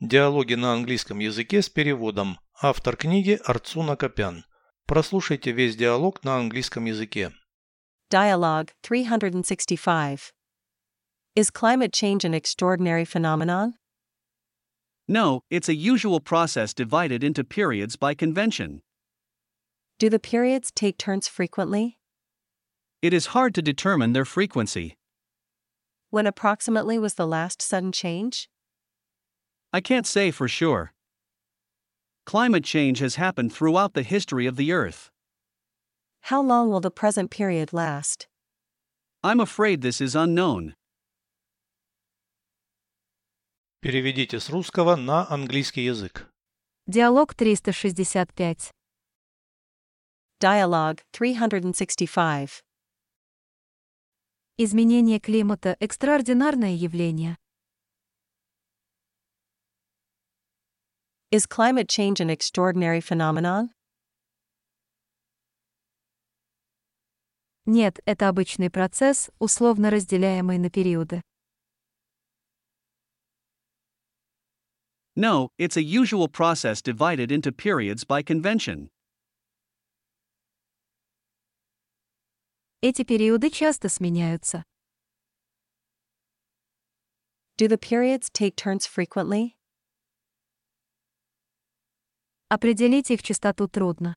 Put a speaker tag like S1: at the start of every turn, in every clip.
S1: Диалоги на английском языке с переводом. Автор книги Арцуна Копян. Прослушайте весь диалог на английском языке.
S2: Dialogue 365. Is climate change an extraordinary phenomenon?
S3: No, it's a usual process divided into periods by convention.
S2: Do the periods take turns frequently?
S3: It is hard to determine their frequency.
S2: When approximately was the last sudden change?
S3: I can't say for sure. Climate change has happened throughout the history of the Earth.
S2: How long will the present period last?
S3: I'm afraid this is unknown.
S1: Переведите с русского на английский язык.
S4: Диалог 365.
S2: Dialogue 365.
S4: Изменение климата – экстраординарное явление.
S2: Is climate change an extraordinary phenomenon?
S4: Нет, это обычный процесс, условно разделяемый на периоды.
S3: No, it's a usual process divided into periods by convention.
S4: Эти периоды часто сменяются.
S2: Do the periods take turns frequently?
S4: Определить их частоту трудно.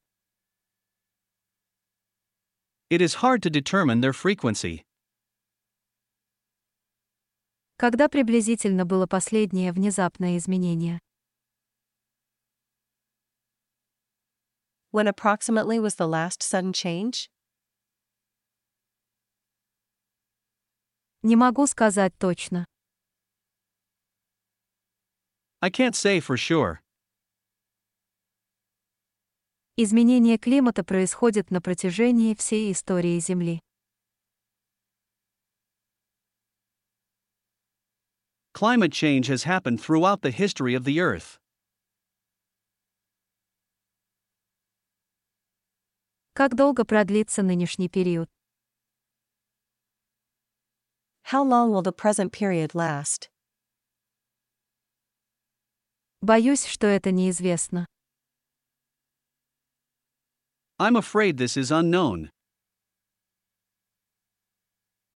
S3: It is hard to determine their frequency.
S4: Когда приблизительно было последнее внезапное изменение?
S2: When approximately was the last sudden change?
S4: Не могу сказать точно.
S3: I can't say for sure.
S4: Изменение климата происходит на протяжении всей истории Земли.
S3: Climate change has happened throughout the history of the Earth.
S4: Как долго продлится нынешний период?
S2: How long will the present period last?
S4: Боюсь, что это неизвестно.
S3: I'm afraid this is unknown.